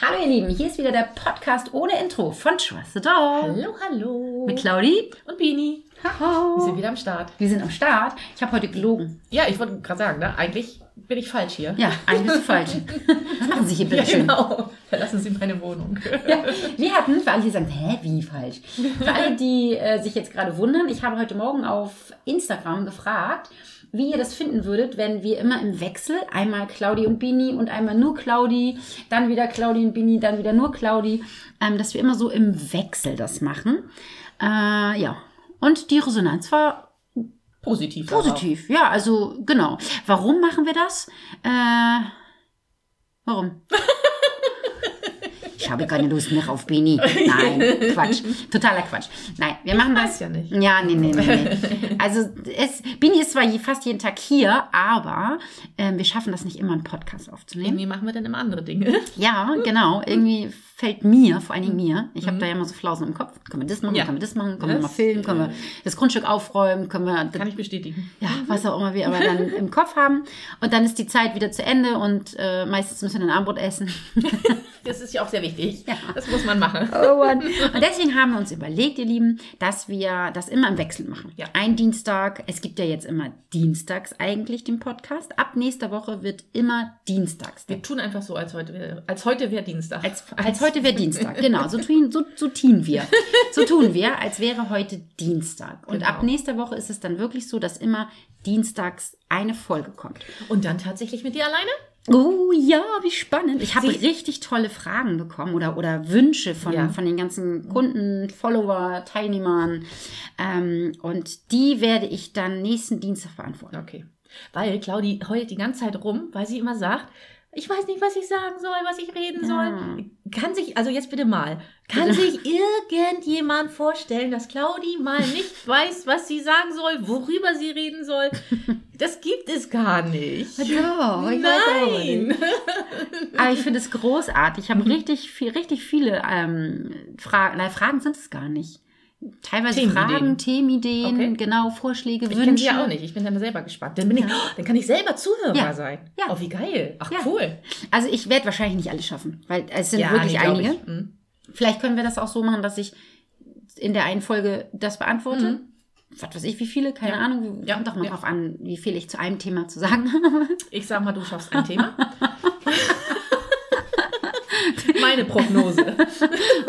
Hallo ihr Lieben, hier ist wieder der Podcast ohne Intro von Trust the Dog. Hallo, hallo. Mit Claudi. und Bini. Wir sind Haha. wieder am Start. Wir sind am Start. Ich habe heute gelogen. Ja, ich wollte gerade sagen, ne? eigentlich bin ich falsch hier. Ja, eigentlich bist du falsch. Was machen Sie hier bitte schön? genau. Verlassen Sie meine Wohnung. Ja, wir hatten, für alle, die sagen, hä, wie falsch? Für alle, die äh, sich jetzt gerade wundern, ich habe heute Morgen auf Instagram gefragt, wie ihr das finden würdet, wenn wir immer im Wechsel, einmal Claudi und Bini und einmal nur Claudi, dann wieder Claudi und Bini, dann wieder nur Claudi, ähm, dass wir immer so im Wechsel das machen. Äh, ja, und die Resonanz war Positiv. aber. positiv. Ja, also genau. Warum machen wir das? Äh, warum? ich habe keine Lust mehr auf Bini. Nein, Quatsch. Totaler Quatsch. Nein, wir machen das. Weiß ja nicht. Ja, nee, nee, nee. nee. Also es, Bini ist zwar je, fast jeden Tag hier, aber ähm, wir schaffen das nicht immer, einen Podcast aufzunehmen. Irgendwie machen wir dann immer andere Dinge. Ja, genau. Irgendwie fällt mir, vor allen Dingen mir, ich habe da ja immer so Flausen im Kopf. Können wir das machen? Mhm. Ja. Können wir das machen? Können wir mal Das, filmen? Können wir äh, das Grundstück aufräumen? Können wir Kann ich bestätigen. ja, was auch immer wir aber dann im Kopf haben. Und dann ist die Zeit wieder zu Ende und äh, meistens müssen wir dann Abendbrot essen. Das ist ja auch sehr wichtig. Das muss man machen. Oh Mann. Und deswegen haben wir uns überlegt, ihr Lieben, dass wir das immer im Wechsel machen. Ja. Ein Dienstag, es gibt ja jetzt immer dienstags eigentlich den Podcast. Ab nächster Woche wird immer dienstags. Der Wir tun einfach so, als heute wäre, als heute wäre Dienstag. als, als heute wäre Dienstag, genau. So tun, so, so tun wir. So tun wir, als wäre heute Dienstag. Und ab Genau. nächster Woche ist es dann wirklich so, dass immer dienstags eine Folge kommt. Und dann tatsächlich mit dir alleine? Oh ja, wie spannend. Ich habe Sie- richtig tolle Fragen bekommen oder, oder Wünsche von, Ja. von den ganzen Kunden, Follower, Teilnehmern. Ähm, und die werde ich dann nächsten Dienstag beantworten. Okay. Weil Claudi heult die ganze Zeit rum, weil sie immer sagt, ich weiß nicht, was ich sagen soll, was ich Ja. reden soll. Kann sich, also jetzt bitte mal, kann sich irgendjemand vorstellen, dass Claudi mal nicht weiß, was sie sagen soll, worüber sie reden soll? Das gibt es gar nicht. Ja, Oh, ich weiß auch nicht. Nein! Aber ich finde es großartig. Ich Mhm. habe richtig viel, richtig viele ähm, Fragen. Nein, Fragen sind es gar nicht. Teilweise Themenideen. Fragen, Themenideen, Okay. genau, Vorschläge, Ich Wünsche. kenne sie ja auch nicht. Ich bin dann selber gespannt. Dann, bin ich, Ja. oh, dann kann ich selber Zuhörer Ja. sein. Ja. Oh, wie geil. Ach, Ja. cool. Also ich werde wahrscheinlich nicht alles schaffen, weil es sind wirklich nee, glaub einige. Ich. Hm. Vielleicht können wir das auch so machen, dass ich in der einen Folge das beantworte. Was weiß ich, wie viele, keine Mhm. Ja. Ahnung. Ja, Kommt doch mal ja. drauf an, wie viel ich zu einem Thema zu sagen habe. Ich sag mal, du schaffst ein Thema. Meine Prognose.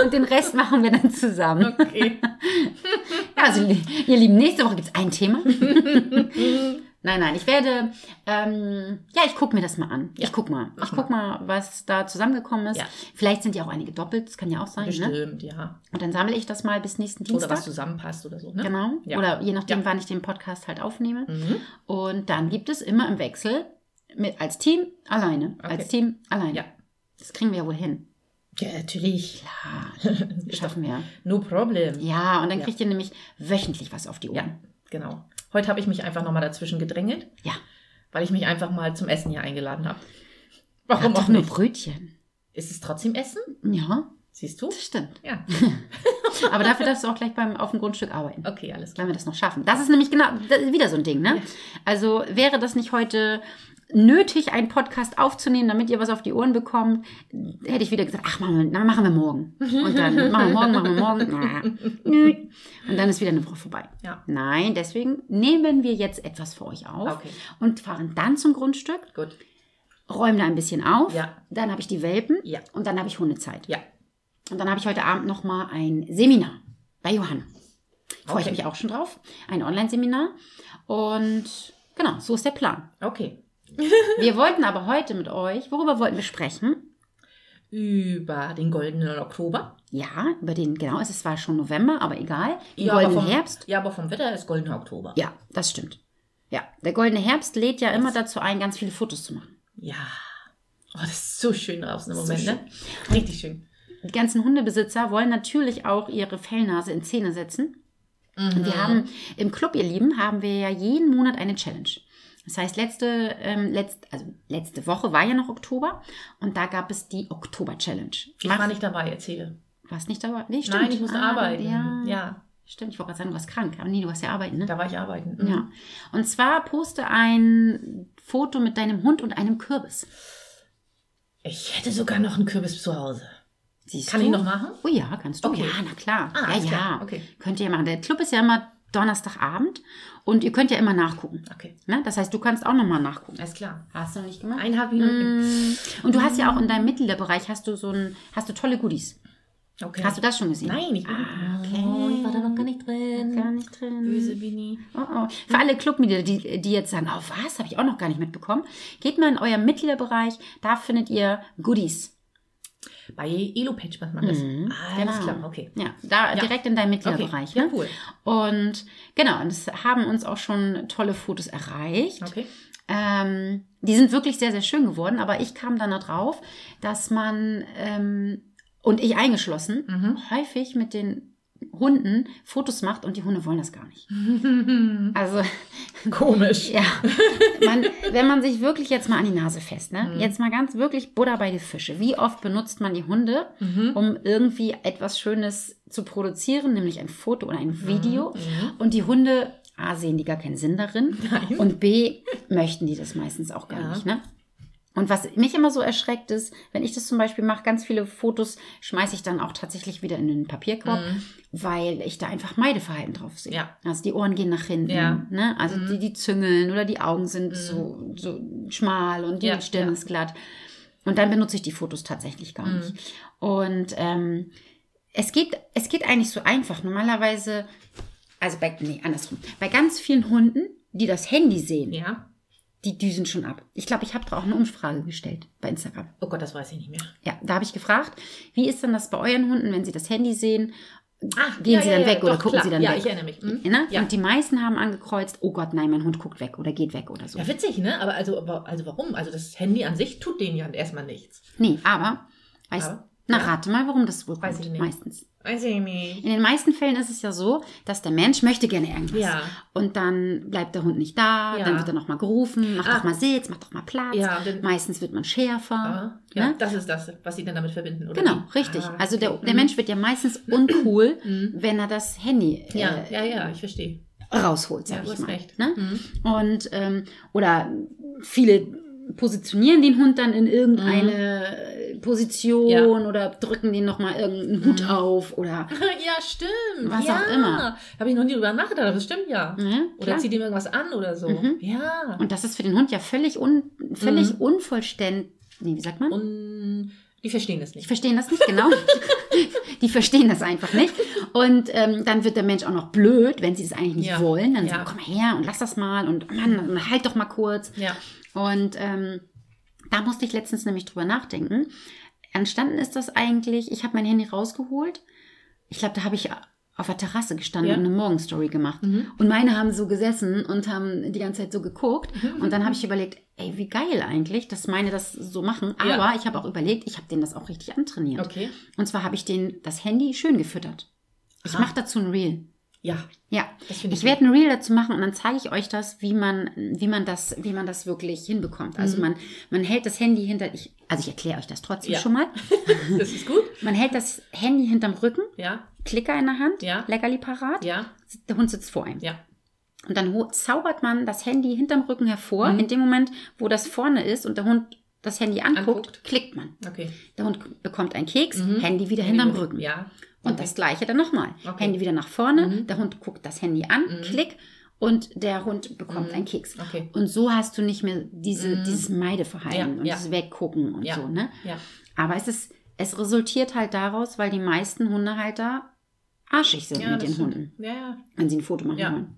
Und den Rest machen wir dann zusammen. Okay. Ja, also, ihr Lieben, nächste Woche gibt es ein Thema. nein, nein, ich werde, ähm, ja, ich gucke mir das mal an. Ich guck mal. mach ich guck mal. was da zusammengekommen ist. Ja. Vielleicht sind ja auch einige doppelt, das kann ja auch sein. Ne? Bestimmt, ja. Und dann sammle ich das mal bis nächsten Oder Dienstag. was zusammenpasst oder so, ne? genau. Ja. Oder je nachdem, Ja. wann ich den Podcast halt aufnehme. Mhm. Und dann gibt es immer im Wechsel mit, als Team alleine. Okay. Als Team alleine. Ja. Das kriegen wir ja wohl hin. Ja, natürlich. Klar, schaffen wir. No problem. Ja, und dann Ja. kriegt ihr nämlich wöchentlich was auf die Ja, Ohren. genau. Heute habe ich mich einfach nochmal dazwischen gedrängelt, Ja. weil ich mich einfach mal zum Essen hier eingeladen habe. Ihr Warum habt auch doch nur nicht? Brötchen. Ist es trotzdem Essen? Ja, Siehst du? das stimmt. Ja. Aber dafür darfst du auch gleich beim auf dem Grundstück arbeiten. Okay, alles klar. Wenn wir das noch schaffen. Das ist nämlich genau das ist wieder so ein Ding, ne? Also wäre das nicht heute nötig, einen Podcast aufzunehmen, damit ihr was auf die Ohren bekommt, hätte ich wieder gesagt, ach, machen wir, na, machen wir morgen. Und dann machen wir morgen, machen wir morgen. Na, nö. Und dann ist wieder eine Woche vorbei. Ja. Nein, deswegen nehmen wir jetzt etwas für euch auf Okay. und fahren dann zum Grundstück, Gut. räumen da ein bisschen auf, Ja. dann habe ich die Welpen Ja. und dann habe ich Hundezeit. Ja. Und dann habe ich heute Abend nochmal ein Seminar bei Johann. Freue ich Okay. mich auch schon drauf. Ein Online-Seminar. Und genau, so ist der Plan. Okay. Wir wollten aber heute mit euch, worüber wollten wir sprechen? Über den goldenen Oktober. Ja, über den, genau, es war schon November, aber egal. Den aber goldenen vom, Herbst. Ja, aber vom Wetter ist goldener Oktober. Ja, das stimmt. Ja, der goldene Herbst lädt ja immer dazu ein, ganz viele Fotos zu machen. Ja. Oh, das ist so schön draußen im So Moment, ne? Richtig schön. Die ganzen Hundebesitzer wollen natürlich auch ihre Fellnase in Szene setzen. Und Mhm. wir haben im Club, ihr Lieben, haben wir ja jeden Monat eine Challenge. Das heißt, letzte, ähm, letzt, also letzte Woche war ja noch Oktober und da gab es die Oktober-Challenge. Ich war nicht dabei, erzähle. Warst nicht dabei? Nee, Nein, ich musste Ah, arbeiten. Ja, ja. Stimmt, ich wollte gerade sagen, du warst krank. Aber nee, du warst ja arbeiten, ne? Da war ich arbeiten. Mhm. Ja. Und zwar poste ein Foto mit deinem Hund und einem Kürbis. Ich hätte sogar noch einen Kürbis zu Hause. Siehst Kann du? ich noch machen? Oh ja, kannst du. Okay. Ja, na klar. Ah, ja, alles ja. klar. Okay. Könnt ihr machen. Der Club ist ja immer Donnerstagabend und ihr könnt ja immer nachgucken. Okay, Ne? Das heißt, du kannst auch nochmal nachgucken. alles klar. Hast du noch nicht gemacht? Einen habe ich noch. Mm. Und du hast ja auch in deinem Mitgliederbereich hast du so ein, hast du tolle Goodies. Okay. Hast du das schon gesehen? Nein, ich, Ah, okay. oh, ich war da noch gar nicht drin. Gar nicht drin. Böse Bini. Oh, oh. Für alle Clubmitglieder, die, die jetzt sagen, oh was, habe ich auch noch gar nicht mitbekommen, geht mal in euren Mitgliederbereich, da findet ihr Goodies. Bei Elopage macht man das. Mhm, Alles genau. klar, okay. Ja, da Ja. direkt in deinem Okay, Mitgliederbereich. ja, ne? cool. Und genau, und es haben uns auch schon tolle Fotos erreicht. Okay. Ähm, die sind wirklich sehr, sehr schön geworden, aber ich kam dann darauf, dass man ähm, und ich eingeschlossen Mhm. häufig mit den Hunden Fotos macht und die Hunde wollen das gar nicht. Also Komisch. ja, man, wenn man sich wirklich jetzt mal an die Nase fest, ne? Jetzt mal ganz wirklich Buddha bei die Fische. Wie oft benutzt man die Hunde, Mhm. um irgendwie etwas Schönes zu produzieren, nämlich ein Foto oder ein Video? Und die Hunde A sehen die gar keinen Sinn darin Nein. und B möchten die das meistens auch gar Ja. nicht, ne? Und was mich immer so erschreckt ist, wenn ich das zum Beispiel mache, ganz viele Fotos schmeiße ich dann auch tatsächlich wieder in den Papierkorb, weil ich da einfach Meideverhalten drauf sehe. Ja. Also die Ohren gehen nach hinten, Ja. ne? also die, die züngeln oder die Augen sind Mhm. so, so schmal und die Ja, Stirn ja. ist glatt. Und dann benutze ich die Fotos tatsächlich gar Mhm. nicht. Und ähm, es, geht, es geht eigentlich so einfach. Normalerweise, also bei, nee, andersrum. Bei ganz vielen Hunden, die das Handy sehen, Ja. die düsen schon ab. Ich glaube, ich habe da auch eine Umfrage gestellt bei Instagram. Oh Gott, das weiß ich nicht mehr. Ja, da habe ich gefragt, wie ist denn das bei euren Hunden, wenn sie das Handy sehen? Ach, Gehen sie dann weg oder gucken sie dann Ah, ja, weg? Ja, ich erinnere mich. Mhm. Ne? Ja. Und die meisten haben angekreuzt, oh Gott, nein, mein Hund guckt weg oder geht weg oder so. Ja, witzig, ne? Aber also, aber also warum? Also das Handy an sich tut denen ja erstmal nichts. Nee, aber, weißt, Aber? na Ja. rate mal, warum das wohl Weiß kommt, ich nicht. meistens. Weiß ich nicht. In den meisten Fällen ist es ja so, dass der Mensch möchte gerne irgendwas. Ja. Und dann bleibt der Hund nicht da, Ja. dann wird er nochmal gerufen, mach Ah. doch mal Sitz, mach doch mal Platz. Ja, und dann- Meistens wird man schärfer. Ah, ja, ne? das ist das, was sie dann damit verbinden, oder? Genau, wie? richtig. Ah, Also der, okay. der Mensch wird ja meistens uncool, Mhm. wenn er das Handy äh, Ja, ja, ja, ich verstehe. rausholt, Ja, sag ich du hast mal. recht. Ne? Mhm. Und ähm, oder viele positionieren den Hund dann in irgendeine Position Mhm. Ja. Mhm. oder drücken den nochmal irgendeinen Hut auf oder Ja, stimmt. Was ja. auch immer. Habe ich noch nie drüber nachgedacht, aber das stimmt ja. ne? Oder Klar. Mhm. zieht ihm irgendwas an oder so. Ja. Und das ist für den Hund ja völlig, un, völlig Mhm. unvollständig. Nee, wie sagt man? Und die verstehen das Die nicht. verstehen das nicht, genau. die verstehen das einfach nicht. Und ähm, dann wird der Mensch auch noch blöd, wenn sie es eigentlich nicht Ja. wollen. Dann Ja. sagen, komm mal her und lass das mal und Mann, halt doch mal kurz. Ja. Und ähm, da musste ich letztens nämlich drüber nachdenken. Entstanden ist das eigentlich, ich habe mein Handy rausgeholt. Ich glaube, da habe ich auf der Terrasse gestanden Ja. und eine Morgenstory gemacht. Mhm. Und meine haben so gesessen und haben die ganze Zeit so geguckt. Mhm. Und dann habe ich überlegt, ey, wie geil eigentlich, dass meine das so machen. Aber Ja. ich habe auch überlegt, ich habe denen das auch richtig antrainiert. Okay. Und zwar habe ich denen das Handy schön gefüttert. Ich Aha. mache dazu ein Reel. Ja, Ja, das finde ich. ich werde ein Reel dazu machen und dann zeige ich euch das, wie man, wie man das, wie man das wirklich hinbekommt. Also man, man hält das Handy hinter, ich, also ich erkläre euch das trotzdem Mhm. Ja. schon mal. gut. Das ist gut. Man hält das Handy hinterm Rücken, Ja, Klicker in der Hand, Ja. Leckerli parat, ja, der Hund sitzt vor einem. ja. Und dann ho- zaubert man das Handy hinterm Rücken hervor. Mhm. In dem Moment, wo das vorne ist und der Hund das Handy anguckt, Anguckt. klickt man. Okay. Der Hund bekommt einen Keks, Handy wieder hinterm Rücken. Ja. Und Okay. das gleiche dann nochmal. Okay. Mhm. Handy wieder nach vorne, der Hund guckt das Handy an, klick und der Hund bekommt Mhm. einen Keks. Okay. Und so hast du nicht mehr diese, dieses Meideverhalten Mhm. Ja, und ja. dieses Weggucken und Ja. so. Ne? Ja. Aber es, ist, es resultiert halt daraus, weil die meisten Hundehalter arschig sind Ja, mit das den stimmt. Hunden, Ja, ja. wenn sie ein Foto machen Ja. wollen.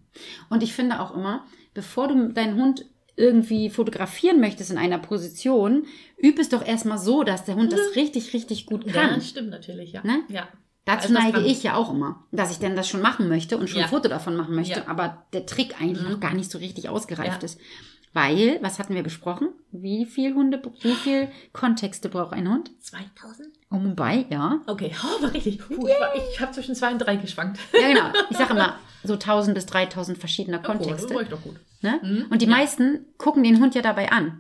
Und ich finde auch immer, bevor du deinen Hund irgendwie fotografieren möchtest in einer Position, üb es doch erstmal so, dass der Hund das richtig, richtig gut kann. Mhm. Ja, stimmt natürlich, ja. Ne? Ja. Dazu Also das neige kann- ich ja auch immer, dass ich denn das schon machen möchte und schon ein Ja. Foto davon machen möchte, Ja. Mhm. aber der Trick eigentlich noch gar nicht so richtig ausgereift Ja. ist. Weil, was hatten wir besprochen? Wie viel Hunde, wie viel Kontexte braucht ein Hund? 2000? Oh, Mumbai, ja. Okay, oh, war richtig. Puh, ich war- ich habe zwischen zwei und drei geschwankt. Ja, genau. Ich sage immer, so 1000 bis 3000 verschiedener Oh, Mhm. das war Kontexte. ich doch gut. Ne? Und die meisten gucken den Hund ja dabei an.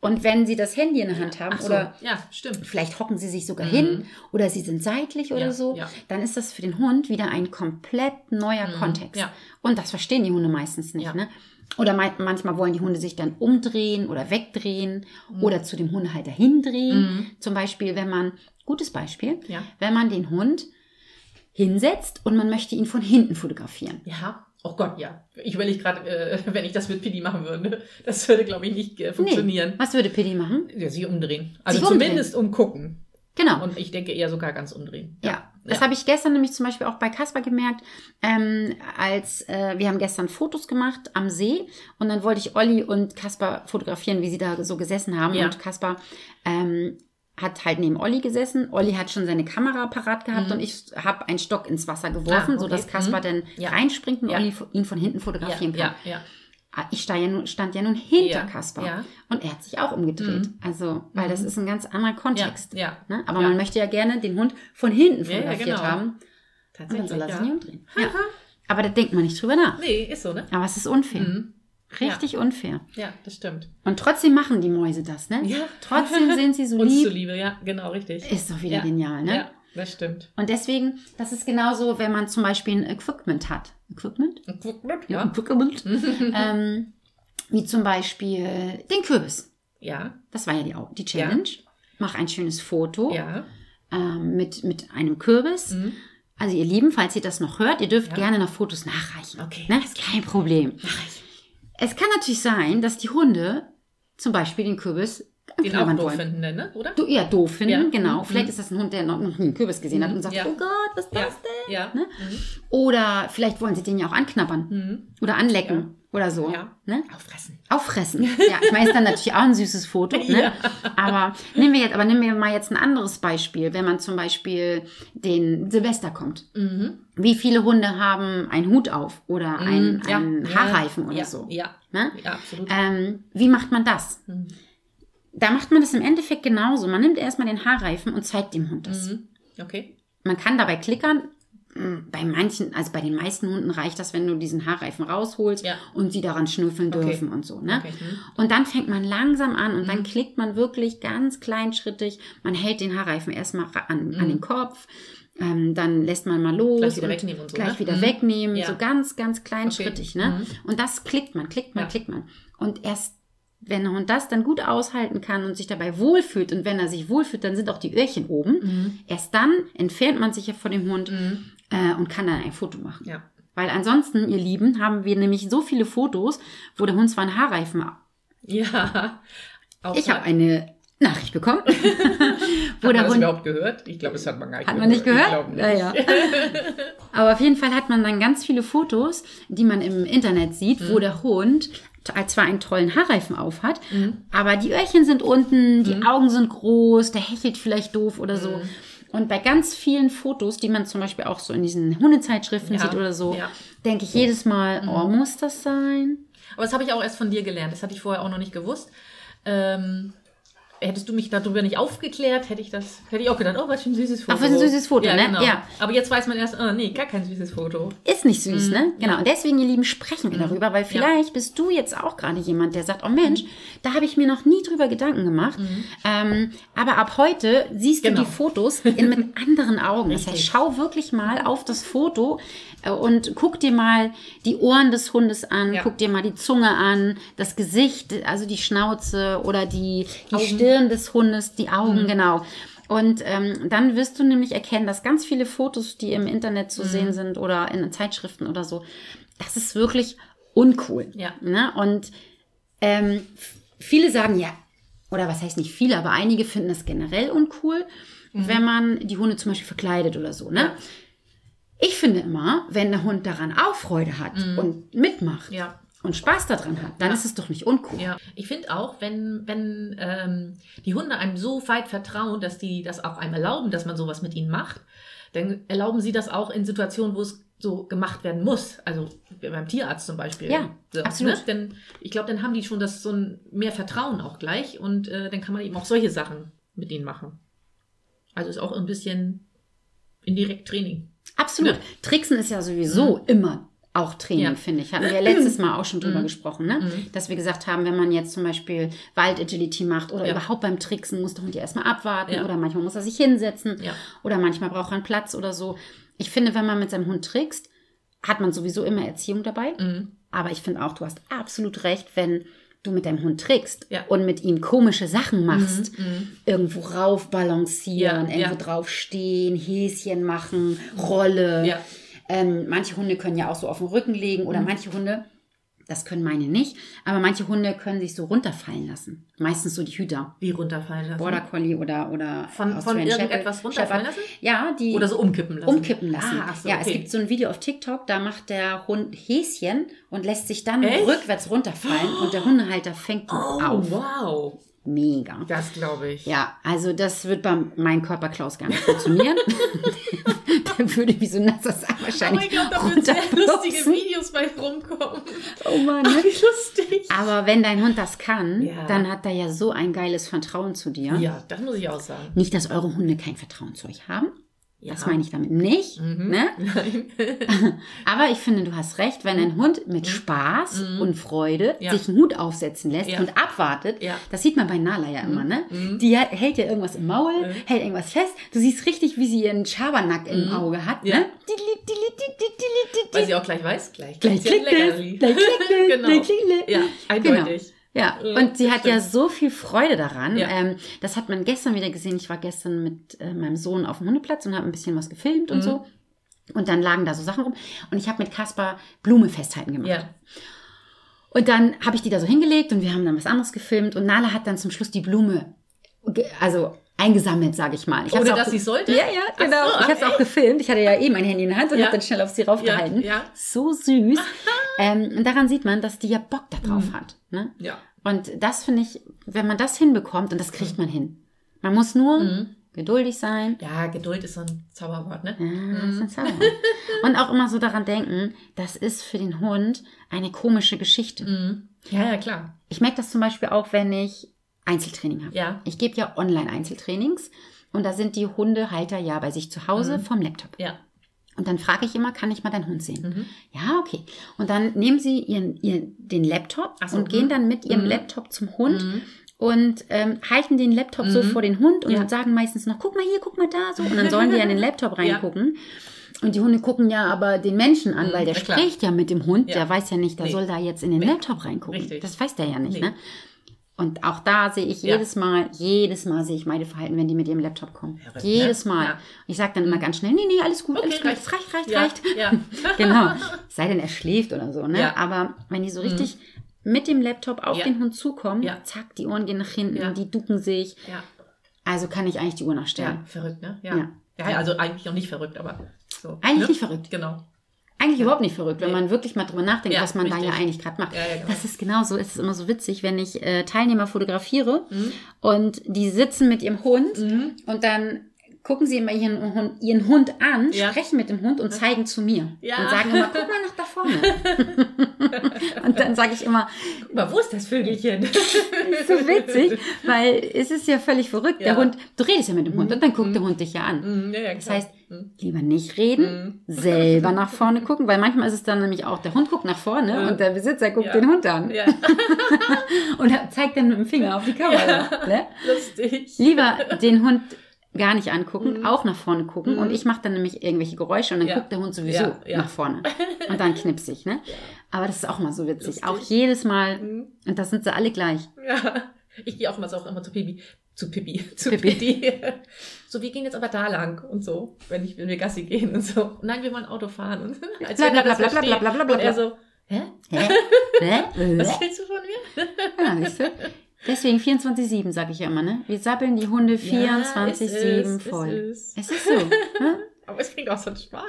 Und wenn sie das Handy in der Hand haben Ach so. oder ja, stimmt. vielleicht hocken sie sich sogar hin oder sie sind seitlich oder Mhm. Ja, so, ja. Mhm. dann ist das für den Hund wieder ein komplett neuer Kontext. ja. Und das verstehen die Hunde meistens nicht. Ja. Ne? Oder mei- manchmal wollen die Hunde sich dann umdrehen oder wegdrehen Mhm. oder zu dem Hundehalter hindrehen. Zum Beispiel, wenn man, gutes Beispiel, Ja. wenn man den Hund hinsetzt und man möchte ihn von hinten fotografieren. Ja. Oh Gott, ja. Ich überlege gerade, äh, wenn ich das mit Pili machen würde. Das würde, glaube ich, nicht äh, funktionieren. Was würde Piddy machen? Ja, sich umdrehen. Also Sich umdrehen. zumindest umgucken. Genau. Und ich denke eher sogar ganz umdrehen. Ja, das habe ich gestern nämlich zum Beispiel auch bei Kasper gemerkt, ähm, als äh, wir haben gestern Fotos gemacht am See und dann wollte ich Olli und Kasper fotografieren, wie sie da so gesessen haben Ja. und Kasper ähm, hat halt neben Olli gesessen. Olli hat schon seine Kamera parat gehabt und ich habe einen Stock ins Wasser geworfen, Mhm. Ah, okay. sodass Kasper Mhm. dann Ja. reinspringt und Ja. Olli fo- ihn von hinten ja, fotografieren kann. ja, ja. Ah, Ich stand ja nun, stand ja nun hinter Ja. Kasper Ja. Mhm. und er hat sich auch umgedreht. Also, weil das ist ein ganz anderer ja, Kontext. ja. Ne? Aber Ja. man möchte ja gerne den Hund von hinten Ja, ja, fotografiert genau. haben. Und dann Tatsächlich. soll er sich Ja. nicht umdrehen. Ja. Aber da denkt man nicht drüber nach. Nee, ist so, ne? Aber es ist unfair. Mhm. Richtig unfair. Ja, das stimmt. Und trotzdem machen die Mäuse das, ne? Ja. Trotzdem sind sie so Uns lieb. zuliebe, ja, genau, richtig. Ist doch wieder Ja. genial, ne? Ja, das stimmt. Und deswegen, das ist genauso, wenn man zum Beispiel ein Equipment hat. Equipment? Ja. Equipment. ähm, wie zum Beispiel den Kürbis. Ja, Das war ja die, Au- die Challenge. Mach ein schönes Foto ja. ähm, mit, mit einem Kürbis. Mhm. Also ihr Lieben, falls ihr das noch hört, ihr dürft gerne noch Fotos nachreichen. Okay. Ne? Ist kein Problem. Es kann natürlich sein, dass die Hunde zum Beispiel den Kürbis Den auch anklammern doof finden, denn, ne? Oder? Du, ja, doof finden, Ja. genau. Mhm. Vielleicht ist das ein Hund, der noch nie einen Kürbis gesehen hat und sagt, Ja. oh Gott, was ist Ja. das denn? Ja. Ne? Oder vielleicht wollen sie den ja auch anknabbern Mhm. oder anlecken oder so. Ja. Ne? Auffressen. Auffressen. Ja, ich meine, ist dann natürlich auch ein süßes Foto. Ne? Ja. Aber nehmen wir jetzt, aber nehmen wir mal jetzt ein anderes Beispiel, wenn man zum Beispiel den Silvester kommt. Mhm. Wie viele Hunde haben einen Hut auf oder einen, Ja. einen Mhm. Ja. Haarreifen oder ja. so? Ja. Ne? ja, absolut. Ähm, wie macht man das? Mhm. Da macht man das im Endeffekt genauso. Man nimmt erstmal den Haarreifen und zeigt dem Hund das. Mhm. Okay. Man kann dabei klickern. Mm, Bei manchen, also bei den meisten Hunden reicht das, wenn du diesen Haarreifen rausholst Ja. und sie daran schnüffeln Okay. dürfen und so. Ne? Okay. Mhm. Und dann fängt man langsam an und dann klickt man wirklich ganz kleinschrittig. Man hält den Haarreifen erstmal ra- an, Mhm. an den Kopf, ähm, dann lässt man mal los. Gleich wieder und wegnehmen und so, Gleich ne? wieder Mhm. wegnehmen, Ja. so ganz, ganz kleinschrittig. Okay. Mhm. Ne? Und das klickt man, klickt man, Ja. klickt man. Und erst wenn der Hund das dann gut aushalten kann und sich dabei wohlfühlt und wenn er sich wohlfühlt, dann sind auch die Öhrchen oben. Mhm. Erst dann entfernt man sich ja von dem Hund äh, und kann dann ein Foto machen. Ja. Weil ansonsten, ihr Lieben, haben wir nämlich so viele Fotos, wo der Hund zwar einen Haarreifen Ja. Auch ich habe eine Nachricht bekommen, wo Hat der man das Hund. überhaupt gehört? Ich glaube, das hat man gar nicht Hat man nicht Ich gehört? glaube Ja, nicht. ja. Aber auf jeden Fall hat man dann ganz viele Fotos, die man im Internet sieht, wo der Hund t- zwar einen tollen Haarreifen auf hat, aber die Öhrchen sind unten, die Augen sind groß, der hechelt vielleicht doof oder so. Und bei ganz vielen Fotos, die man zum Beispiel auch so in diesen Hundezeitschriften Ja, sieht oder so, ja. denke ich jedes Mal, oh, muss das sein? Aber das habe ich auch erst von dir gelernt. Das hatte ich vorher auch noch nicht gewusst. Ähm, hättest du mich darüber nicht aufgeklärt, hätte ich das, hätte ich auch gedacht, oh, was für ein süßes Foto. Ach, was ein süßes Foto, ja, ne? Genau. Ja. Aber jetzt weiß man erst, oh, nee, gar kein süßes Foto. Ist nicht süß, Mhm. ne? Genau. Und deswegen, ihr Lieben, sprechen wir darüber, weil vielleicht bist du jetzt auch gerade jemand, der sagt, oh Mhm. Mensch, da habe ich mir noch nie drüber Gedanken gemacht. Ähm, aber ab heute siehst Genau. du die Fotos in, mit anderen Augen. Das heißt, Richtig. schau wirklich mal auf das Foto äh, und guck dir mal die Ohren des Hundes an, Ja. guck dir mal die Zunge an, das Gesicht, also die Schnauze oder die, die Augen. Mhm. Stirn des Hundes, die Augen, genau. Und ähm, dann wirst du nämlich erkennen, dass ganz viele Fotos, die im Internet Mhm. zu sehen sind oder in Zeitschriften oder so, das ist wirklich uncool. Ja. Ne? Und ähm, f- viele sagen ja, oder was heißt nicht viele, aber einige finden das generell uncool, wenn man die Hunde zum Beispiel verkleidet oder so. Ne? Mhm. Ja. Ich finde immer, wenn der Hund daran auch Freude hat und mitmacht Mhm. Ja. und Spaß daran hat, dann ist es doch nicht uncool. Ja. Ich finde auch, wenn, wenn ähm, die Hunde einem so weit vertrauen, dass die das auch einem erlauben, dass man sowas mit ihnen macht, dann erlauben sie das auch in Situationen, wo es so gemacht werden muss. Also beim Tierarzt zum Beispiel. Ja, so, absolut. Ne? Denn ich glaube, dann haben die schon das so ein mehr Vertrauen auch gleich und äh, dann kann man eben auch solche Sachen mit ihnen machen. Also ist auch ein bisschen indirekt Training. Absolut. Ja. Mhm. Tricksen ist ja sowieso immer auch Training, Ja. Mhm. finde ich. Hatten wir letztes Mal auch schon drüber gesprochen, ne? Dass wir gesagt haben, wenn man jetzt zum Beispiel Wald-Agility macht oder Ja. überhaupt beim Tricksen, muss der Hund ja erstmal abwarten Ja. oder manchmal muss er sich hinsetzen Ja. oder manchmal braucht er einen Mhm. Platz oder so. Ich finde, wenn man mit seinem Hund trickst, hat man sowieso immer Erziehung dabei. Aber ich finde auch, du hast absolut recht, wenn du mit deinem Hund trickst Ja. und mit ihm komische Sachen machst. Mhm. Irgendwo rauf balancieren, Ja, irgendwo ja. drauf stehen, Häschen machen, Rolle. Ja. Mhm. Ähm, manche Hunde können ja auch so auf den Rücken legen oder manche Hunde, das können meine nicht, aber manche Hunde können sich so runterfallen lassen. Meistens so die Hüter. Wie runterfallen lassen. Border Collie oder oder Von- von Australian irgendetwas runterfallen Shepherd. lassen? Ja, die Oder so umkippen lassen. umkippen lassen. Ah, ach so, ja, okay. es gibt so ein Video auf TikTok, da macht der Hund Häschen und lässt sich dann Echt? rückwärts runterfallen und der Hundehalter fängt ihn Oh, auf. wow. Mega. Das glaube ich. Ja, also das wird bei meinem Körper Klaus gar nicht funktionieren. der würde wie so ein nasser Sack Aber wahrscheinlich ich glaube, Oh da würden sehr lustige runterplumpsen. Videos bei rumkommen. Oh Mann. Wie lustig. Aber wenn dein Hund das kann, Ja. dann hat er ja so ein geiles Vertrauen zu dir. Ja, das muss ich auch sagen. Nicht, dass eure Hunde kein Vertrauen zu euch haben. Ja. Das meine ich damit nicht. Mhm. Ne? Nein. Aber ich finde, du hast recht, wenn ein Hund mit Spaß Mhm. und Freude Ja. sich einen Hut aufsetzen lässt Ja. und abwartet, Ja. das sieht man bei Nala ja immer, ne? Mhm. Die hält ja irgendwas im Maul, Mhm. hält irgendwas fest. Du siehst richtig, wie sie ihren Schabernack im Mhm. Auge hat, Ja. ne? Die, die, die, die, die, die, die, die. Weil sie auch gleich weiß, gleich, Gleich gibt's ja ein klickt es, Leckerli. gleich klickt es, genau. gleich klickt es. Ja, eindeutig. Genau. Ja, Ja, und sie das hat ja so viel Freude daran. Ja. Ähm, das hat man gestern wieder gesehen. Ich war gestern mit äh, meinem Sohn auf dem Hundeplatz und habe ein bisschen was gefilmt und Mhm. so. Und dann lagen da so Sachen rum. Und ich habe mit Kaspar Blume festhalten gemacht. Ja. Und dann habe ich die da so hingelegt und wir haben dann was anderes gefilmt. Und Nala hat dann zum Schluss die Blume, ge- also eingesammelt, sage ich mal. Ich hab's Ohne auch dass ge- sie sollte? Ja, ja, Ach genau. so, ich habe es ach, auch gefilmt. Ich hatte ja eh mein Handy in der Hand und Ja. habe dann schnell auf sie raufgehalten. Ja, ja. So süß. ähm, und daran sieht man, dass die ja Bock da drauf Mhm. hat. Ne? Ja. Und das finde ich, wenn man das hinbekommt, und das kriegt man hin. Man muss nur Mhm. geduldig sein. Ja, Geduld ist so ein Zauberwort, ne? Ja, das ist ein Zauber. und auch immer so daran denken, das ist für den Hund eine komische Geschichte. Mhm. Ja, ja, klar. Ich merke das zum Beispiel auch, wenn ich Einzeltraining habe. Ja. Ich gebe ja Online-Einzeltrainings und da sind die Hundehalter ja bei sich zu Hause vom Laptop. Mhm. Ja. Und dann frage ich immer, kann ich mal deinen Hund sehen? Mhm. Ja, okay. Und dann nehmen sie ihren, ihren, den Laptop Ach so, und mhm. gehen dann mit ihrem Mhm. Laptop zum Hund Mhm. und ähm, halten den Laptop so Mhm. vor den Hund und Ja. sagen meistens noch, guck mal hier, guck mal da, so. Und dann sollen die ja in den Laptop reingucken. Und die Hunde gucken ja aber den Menschen an, Mhm, weil der na klar. spricht ja mit dem Hund. Ja. Der weiß ja nicht, der Nee. soll da jetzt in den Laptop reingucken. Richtig. Das weiß der ja nicht, Nee. ne? Und auch da sehe ich Ja. jedes Mal, jedes Mal sehe ich meine Verhalten, wenn die mit ihrem Laptop kommen. Verrückt, ne? jedes Mal. Ja. Und ich sage dann immer ganz schnell, nee, nee, alles gut, Okay, alles gut, reicht. es reicht, reicht, Ja. reicht Ja. genau. Sei denn, er schläft oder so, ne? Ja. Mhm. Aber wenn die so richtig mit dem Laptop auf Ja. den Hund zukommen, Ja. zack, die Ohren gehen nach hinten, Ja. die ducken sich. ja. Also kann ich eigentlich die Uhr nachstellen. Ja, verrückt, ne? Ja. Ja. ja. also eigentlich noch nicht verrückt, aber so. Eigentlich ne? nicht verrückt. Genau. Eigentlich überhaupt nicht verrückt, wenn Nee. man wirklich mal drüber nachdenkt, Ja, was man da ja richtig. eigentlich gerade macht. Ja, ja, genau. Das ist genauso, es ist immer so witzig, wenn ich äh, Teilnehmer fotografiere und die sitzen mit ihrem Hund Mhm. und dann gucken sie immer ihren Hund, ihren Hund an, Ja. sprechen mit dem Hund und zeigen zu mir. Ja. Und sagen immer, guck mal nach da vorne. und dann sage ich immer, Guck mal, wo ist das Vögelchen? so witzig, weil es ist ja völlig verrückt. Der Ja. Hund, du redest ja mit dem Hund und dann guckt der Hund dich ja an. Mhm, ja, ja, klar. Das heißt, hm? Mhm. lieber nicht reden, selber nach vorne gucken, weil manchmal ist es dann nämlich auch, der Hund guckt nach vorne Ja. und der Besitzer guckt Ja. den Hund an ja, und er zeigt dann mit dem Finger auf die Kamera. Ne? lustig. Lieber den Hund gar nicht angucken, auch nach vorne gucken Mhm. und ich mache dann nämlich irgendwelche Geräusche und dann Ja. guckt der Hund sowieso Ja, ja. nach vorne und dann knipsig. Ne? Aber das ist auch mal so witzig. Lustig. Auch jedes Mal, Mhm. und das sind sie alle gleich. Ja. Ich gehe auch immer so auch immer zu Pipi. Zu Pipi. Zu Pipi. Pipi. So, wir gehen jetzt aber da lang und so, wenn, ich, wenn wir Gassi gehen und so. Nein, wir wollen Auto fahren. Und, als wenn er das versteht. Blablabla. Und er so, hä? Hä? Hä? Was willst du von mir? Ja, siehst Ah, du? Deswegen 24-7, sage ich ja immer, ne? Wir sappeln die Hunde 24-7 Ja, es ist, voll. Es ist. Es ist so. Ne? Aber es klingt auch so einen Spaß.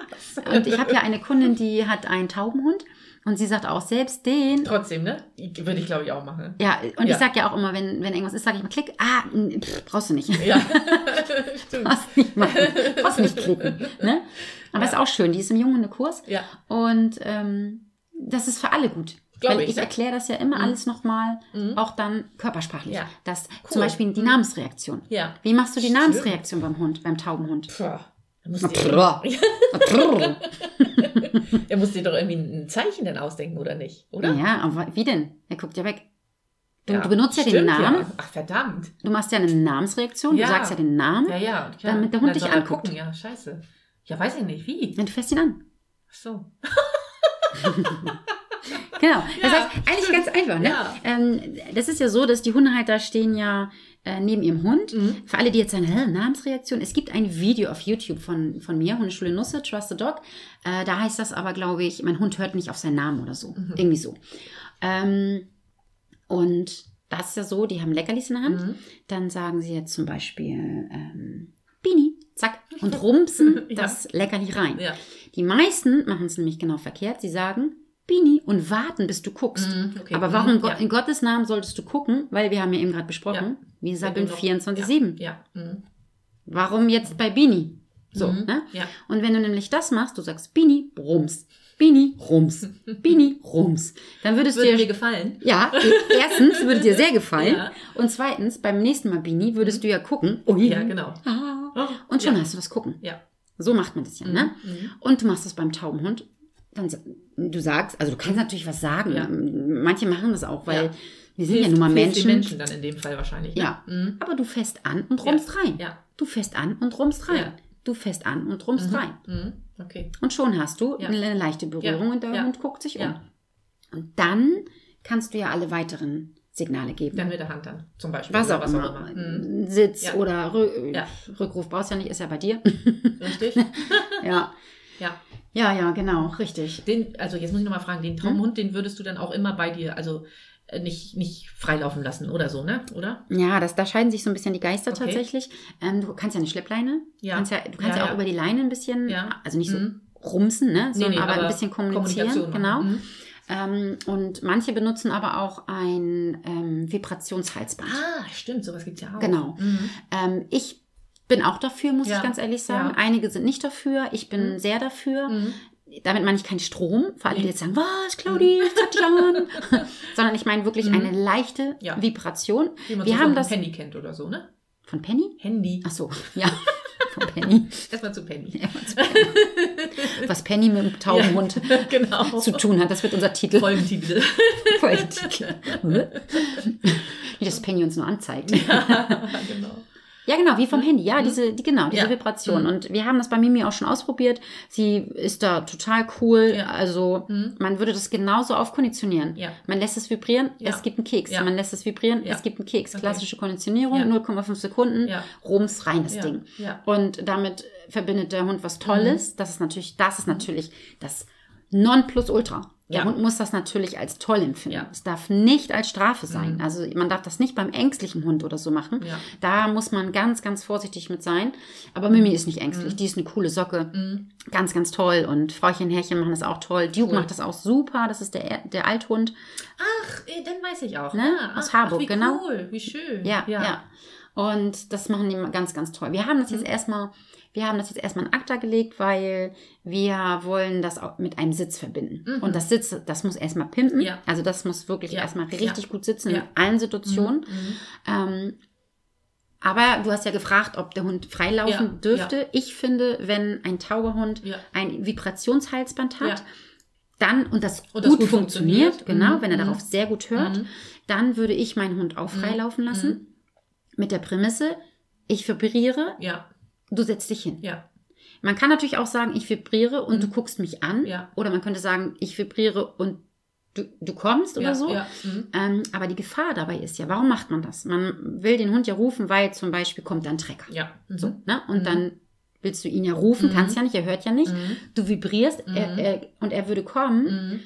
Und ich habe ja eine Kundin, die hat einen Taubenhund und sie sagt auch, selbst den. Trotzdem, ne? Würde ich, glaube ich, auch machen. Ja, und ich Ja. sag ja auch immer, wenn, wenn irgendwas ist, sage ich mal, klick, ah, n- pff, brauchst du nicht. Ja, stimmt. Brauchst nicht machen. Brauchst nicht klicken. Ne? Aber ist auch schön, die ist im Junghundekurs Ja, und ähm, das ist für alle gut. Glaub Weil ich, ich ne? erkläre das ja immer Mhm. alles nochmal, Mhm. auch dann körpersprachlich. Ja. Dass zum Cool. Beispiel die Namensreaktion. ja. Wie machst du die Stimmt. Namensreaktion beim Hund, beim Taubenhund? Puh. Er muss, Na, dir, prr. Na, prr. er muss dir doch irgendwie ein Zeichen dann ausdenken, oder nicht? Oder? ja, aber wie denn? Er guckt ja weg. Du, Ja, du benutzt ja den stimmt, Namen. Ja. Ach, verdammt. Du machst ja eine Namensreaktion. Ja. Du sagst ja den Namen. Ja, ja. und klar. Damit der Hund Dann dich soll er anguckt. gucken, Ja, scheiße. Ja, weiß ich nicht. Wie? Und du fährst ihn an. Ach so. Genau. Das Ja, heißt, eigentlich stimmt. ganz einfach. Ne? Ja. Ähm, das ist ja so, dass die Hundehalter stehen ja äh, neben ihrem Hund. Mhm. Für alle, die jetzt sagen, Hä, Namensreaktion. Es gibt ein Video auf YouTube von, von mir, Hundeschule Nusse, Trust the Dog. Äh, da heißt das aber, glaube ich, mein Hund hört nicht auf seinen Namen oder so. Mhm. Irgendwie so. Ähm, und das ist ja so, die haben Leckerlis in der Hand. Mhm. Dann sagen sie jetzt zum Beispiel ähm, Bini, zack, und rumpsen Ja. das Leckerli rein. Mhm. Ja. Die meisten machen es nämlich genau verkehrt. Sie sagen Bini und warten, bis du guckst. Mhm, okay. Aber warum Mhm, Go- ja. in Gottes Namen solltest du gucken? Weil wir haben ja eben gerade besprochen, wir sabbeln Wenn du noch- 24-7. Ja. ja. Mhm. Warum jetzt bei Bini? So, Mhm. ne? Ja. Und wenn du nämlich das machst, du sagst Bini, rums, Bini, rums, Bini, rums, dann würdest Würde du mir ja... gefallen. Ja, erstens würde dir sehr gefallen. Ja. Und zweitens, beim nächsten Mal Bini würdest du ja gucken. Ui. Ja, genau. Ah. Mhm. Und schon ja. hast du das Gucken. Ja. So macht man das ja, ne? Mhm. Und du machst das beim Taubenhund. Dann, sa- du sagst, also du kannst natürlich was sagen. Ja. Manche machen das auch, weil Ja. wir sind ja nun mal Hilft Menschen. den Menschen dann in dem Fall wahrscheinlich. ne? Ja. Mhm. Aber du fährst an und rummst rein. Ja. Du fährst an und rummst rein. Ja. Du fährst an und rummst rein. Mhm. Okay. Und schon hast du Ja. eine leichte Berührung Ja. und der Ja. Hund guckt sich um. Ja. Und dann kannst du ja alle weiteren Signale geben. Dann mit der Hand dann zum Beispiel. was oder auch immer. Mhm. Sitz Ja. oder Rü Ja. Rückruf brauchst ja nicht, ist ja bei dir. Richtig? ja. Ja. Ja, ja, genau, richtig. Den, also jetzt muss ich nochmal fragen, den Mhm. Traumhund, den würdest du dann auch immer bei dir, also äh, nicht, nicht freilaufen lassen oder so, ne? Oder? Ja, das, da scheiden sich so ein bisschen die Geister Okay. tatsächlich. Ähm, du kannst ja eine Schleppleine. Ja. Kannst ja, du kannst ja, Ja, auch ja. über die Leine ein bisschen, Ja. also nicht so Mhm. rumsen, ne? Nee, sondern nee, aber, ein bisschen kommunizieren. Kommunikation machen. genau. Mhm. Ähm, und manche benutzen aber auch ein ähm, Vibrationshalsband. Ah, stimmt, sowas gibt es ja auch. Genau. Mhm. Ähm, ich bin auch dafür, muss Ja. ich ganz ehrlich sagen. Ja. Einige sind nicht dafür, ich bin Mhm. sehr dafür. Mhm. Damit meine ich keinen Strom, vor allem die Nee. jetzt sagen, was, Claudi, Mhm. ich zeig dich an. Sondern ich meine wirklich eine leichte Ja. Vibration. Wie man Wir so haben vom das Handy kennt oder so, ne? von Penny? Handy. Ach so, ja, von Penny. Erstmal zu Penny. Was Penny mit dem Taubenhund genau. zu tun hat, das wird unser Titel. Folgentitel. Folgentitel. Nicht, dass Penny uns nur anzeigt. genau. Ja, genau, wie vom Handy. Ja, diese, die, genau, diese Mhm. Ja. Mhm. Vibration. Und wir haben das bei Mimi auch schon ausprobiert. Sie ist da total cool. Ja. Also, Mhm. man würde das genauso aufkonditionieren. Ja. Man lässt es vibrieren, Ja. es gibt einen Keks. Ja. Man lässt es vibrieren, Ja. es gibt einen Keks. Okay. Klassische Konditionierung, Ja. 0,5 Sekunden, Ja. rums rein das Ja. Ding. Ja. Und damit verbindet der Hund was Tolles. Mhm. Das ist natürlich, das ist natürlich das Nonplusultra. Der Ja. Hund muss das natürlich als toll empfinden. Ja. Mhm. Es darf nicht als Strafe sein. Also man darf das nicht beim ängstlichen Hund oder so machen. Ja. Da muss man ganz, ganz vorsichtig mit sein. Aber Mimi ist nicht ängstlich. Mhm. Die ist eine coole Socke. Ganz, ganz toll. Und Frauchen, Herrchen machen das auch toll. Duke macht das auch super. Das ist der, der Althund. Ach, eh, dann weiß ich auch. Ne? Ah, Aus ach, Harburg, wie genau. Cool, wie schön. Ja, ja. Und das machen die ganz, ganz toll. Wir haben das Mhm. jetzt erstmal, wir haben das jetzt erstmal in ACTA gelegt, weil wir wollen das auch mit einem Sitz verbinden. Und das Sitz, das muss erstmal pimpen. Mhm. Ja. Also das muss wirklich Ja. erstmal richtig Ja. gut sitzen in Ja. Mhm. allen Situationen. Ähm, aber du hast ja gefragt, ob der Hund freilaufen Ja, dürfte. Ich finde, wenn ein Tauberhund Ja. ein Vibrationshalsband hat, Ja. dann und das, Und das gut, gut funktioniert, funktioniert. genau, Mhm. wenn er Mhm. darauf sehr gut hört, Mhm. dann würde ich meinen Hund auch freilaufen lassen mit der Prämisse, ich vibriere, Ja, du setzt dich hin. ja, Man kann natürlich auch sagen, ich vibriere und du guckst mich an. Mhm. Ja. Oder man könnte sagen, ich vibriere und du, du kommst ja, oder so. Ja. Mhm. Ähm, aber die Gefahr dabei ist ja, warum macht man das? Man will den Hund ja rufen, weil zum Beispiel kommt dann Trecker. ja. Mhm. So, ne? Und Mhm. dann willst du ihn ja rufen, kannst ja nicht, er hört ja nicht. Mhm. Du vibrierst er, Mhm. er, und er würde kommen. Mhm.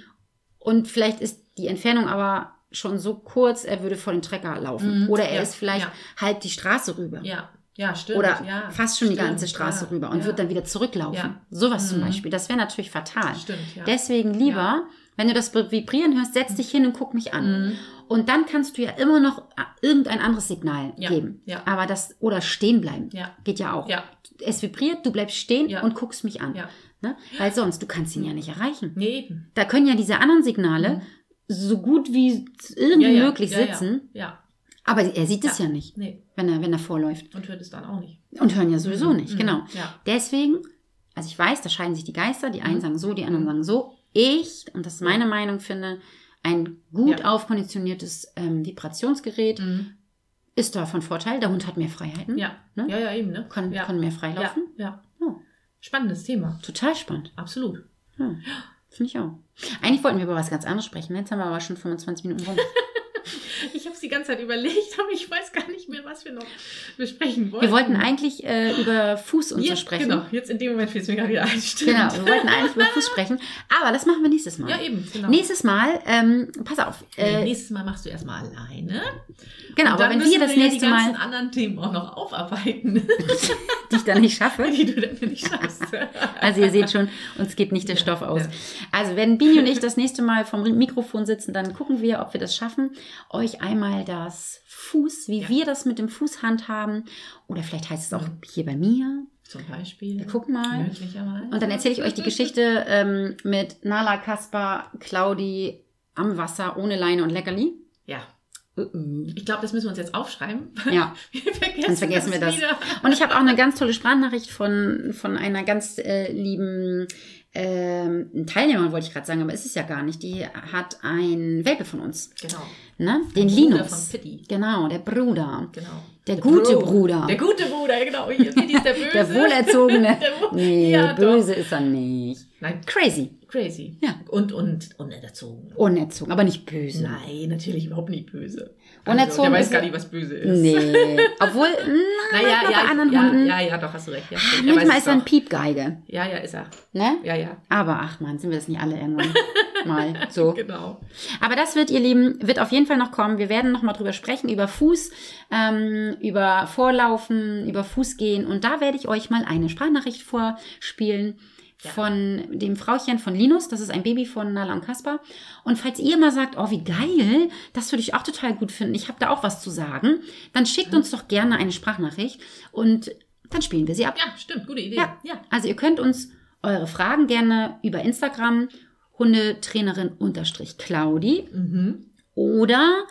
Und vielleicht ist die Entfernung aber schon so kurz, er würde vor den Trecker laufen. Mhm. Oder er Ja, ist vielleicht ja. halb die Straße rüber. Ja, ja, stimmt. Oder ja, fast schon die stimmt, ganze Straße ja, rüber und ja. wird dann wieder zurücklaufen. Ja. Sowas zum Mhm. Beispiel. Das wäre natürlich fatal. Stimmt, ja. Deswegen lieber, wenn du das Vibrieren hörst, setz dich hin und guck mich an. Mhm. Und dann kannst du ja immer noch äh, irgendein anderes Signal Ja, geben. ja. Aber das, oder stehen bleiben. Ja. Geht ja auch. Ja. Es vibriert, du bleibst stehen Ja. und guckst mich an. Ja. Ne? Weil sonst, du kannst ihn ja nicht erreichen. Nee, eben. Mhm. Da können ja diese anderen Signale so gut wie irgendwie Ja, ja, möglich ja, sitzen, Ja. ja, aber er sieht es ja, Ja. nicht, nee. wenn er, wenn er vorläuft. Und hört es dann auch nicht. Und hören ja sowieso nicht, Mhm. genau. Ja. Deswegen, also ich weiß, da scheiden sich die Geister, die Mhm. einen sagen so, die anderen sagen so. Ich, und das ist meine Meinung, finde, ein gut Ja. aufkonditioniertes ähm, Vibrationsgerät Mhm. ist da von Vorteil. Der Hund hat mehr Freiheiten, Ja. Ne? ja, ja, eben, ne? kann, Oh. ja. kann mehr ja. freilaufen. ja. Ja. Spannendes Thema. Total spannend. Absolut. Ja. Finde ich auch. Eigentlich wollten wir über was ganz anderes sprechen. Jetzt haben wir aber schon 25 Minuten rum. Ich habe es die ganze Zeit überlegt, aber ich weiß gar nicht mehr, was wir noch besprechen wollten. Wir wollten eigentlich äh, über Fuß und so jetzt, sprechen. Genau, jetzt in dem Moment fiel es mir gerade wieder ein. Stimmt. Genau, wir wollten eigentlich über Fuß sprechen. Aber das machen wir nächstes Mal. Ja, eben. Genau. Nächstes Mal, ähm, pass auf. Nee, Äh, nächstes Mal machst du erstmal alleine. genau, aber Dann wenn müssen wir das ja nächste die Mal ganzen anderen Themen auch noch aufarbeiten, die ich dann nicht schaffe, die du dann nicht schaffst. also ihr seht schon, uns geht nicht der Ja, Stoff aus. ja. Also wenn Bini und ich das nächste Mal vom Mikrofon sitzen, dann gucken wir, ob wir das schaffen, euch einmal das Fuß, wie Ja. wir das mit dem Fuß handhaben, oder vielleicht heißt es auch Mhm. hier bei mir. Zum Beispiel. Wir gucken mal. Möglicherweise. Und dann erzähle ich euch die Geschichte ähm, mit Nala, Kaspar, Claudi am Wasser ohne Leine und Leckerli. Ja, Äh, äh. ich glaube, das müssen wir uns jetzt aufschreiben. Ja. Wir vergessen, Sonst vergessen wir das. wieder. Und ich habe auch eine ganz tolle Sprachnachricht von, von einer ganz äh, lieben ähm, Teilnehmerin, wollte ich gerade sagen, aber ist es ja gar nicht. Die hat ein Welpe von uns, Genau. ne? den Bruder Linus. Von Pitti. Genau, der Bruder. Genau. Der gute Bro. Bruder. Der gute Bruder, genau. Hier, Pitti ist der Böse. Der wohlerzogene. Der Wo- nee, Ja, doch. böse ist er nicht. Nein, Crazy. crazy. Ja. Und, und, unerzogen. Unerzogen, aber nicht böse. Nein, natürlich überhaupt nicht böse. Also, Unerzogen der weiß ist- gar nicht, was böse ist. Nee. Obwohl, na, Naja, manchmal ja, bei anderen ja, Hunden. ja, ja, doch, hast du recht. Ja, Ah, stimmt. Er Manchmal weiß ist es er ein doch. Piepgeige. Ja, ja, ist er. Ne? Ja, ja, Aber ach man, sind wir das nicht alle irgendwann mal so. genau. Aber das wird, ihr Lieben, wird auf jeden Fall noch kommen. Wir werden noch mal drüber sprechen, über Fuß, ähm, über Vorlaufen, über Fuß gehen. Und da werde ich euch mal eine Sprachnachricht vorspielen Ja. von dem Frauchen von Linus. Das ist ein Baby von Nala und Kaspar. Und falls ihr mal sagt, oh, wie geil, das würde ich auch total gut finden. Ich habe da auch was zu sagen. Dann schickt uns doch gerne eine Sprachnachricht und dann spielen wir sie ab. Ja, stimmt, gute Idee. Ja. ja. Also ihr könnt uns eure Fragen gerne über Instagram Hundetrainerin unterstrich Claudi Mhm. oder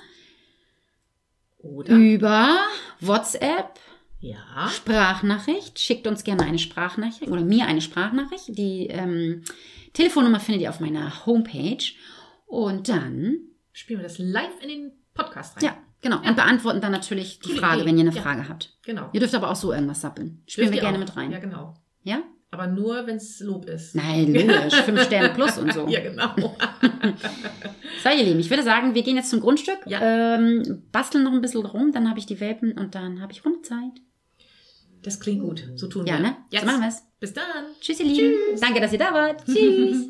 Oder? über WhatsApp Ja. Sprachnachricht. Schickt uns gerne eine Sprachnachricht oder mir eine Sprachnachricht. Die ähm, Telefonnummer findet ihr auf meiner Homepage. Und dann, Spielen wir das live in den Podcast rein. ja, genau. Und beantworten dann natürlich die Coole Frage, Idee. wenn ihr eine Ja. Frage habt. Genau. Ihr dürft aber auch so irgendwas sappeln. Spielen Dürft wir ihr gerne auch. mit rein. Ja, genau. ja? Aber nur, wenn es Lob ist. Nein, logisch. Fünf Sterne plus und so. Ja, genau. So, ihr Lieben, ich würde sagen, wir gehen jetzt zum Grundstück, Ja. ähm, basteln noch ein bisschen rum, dann habe ich die Welpen und dann habe ich Rundezeit. Das klingt gut. So tun Ja, wir. ne? Jetzt. So machen wir es. Bis dann. Tschüss, ihr Lieben. Danke, dass ihr da wart. Tschüss.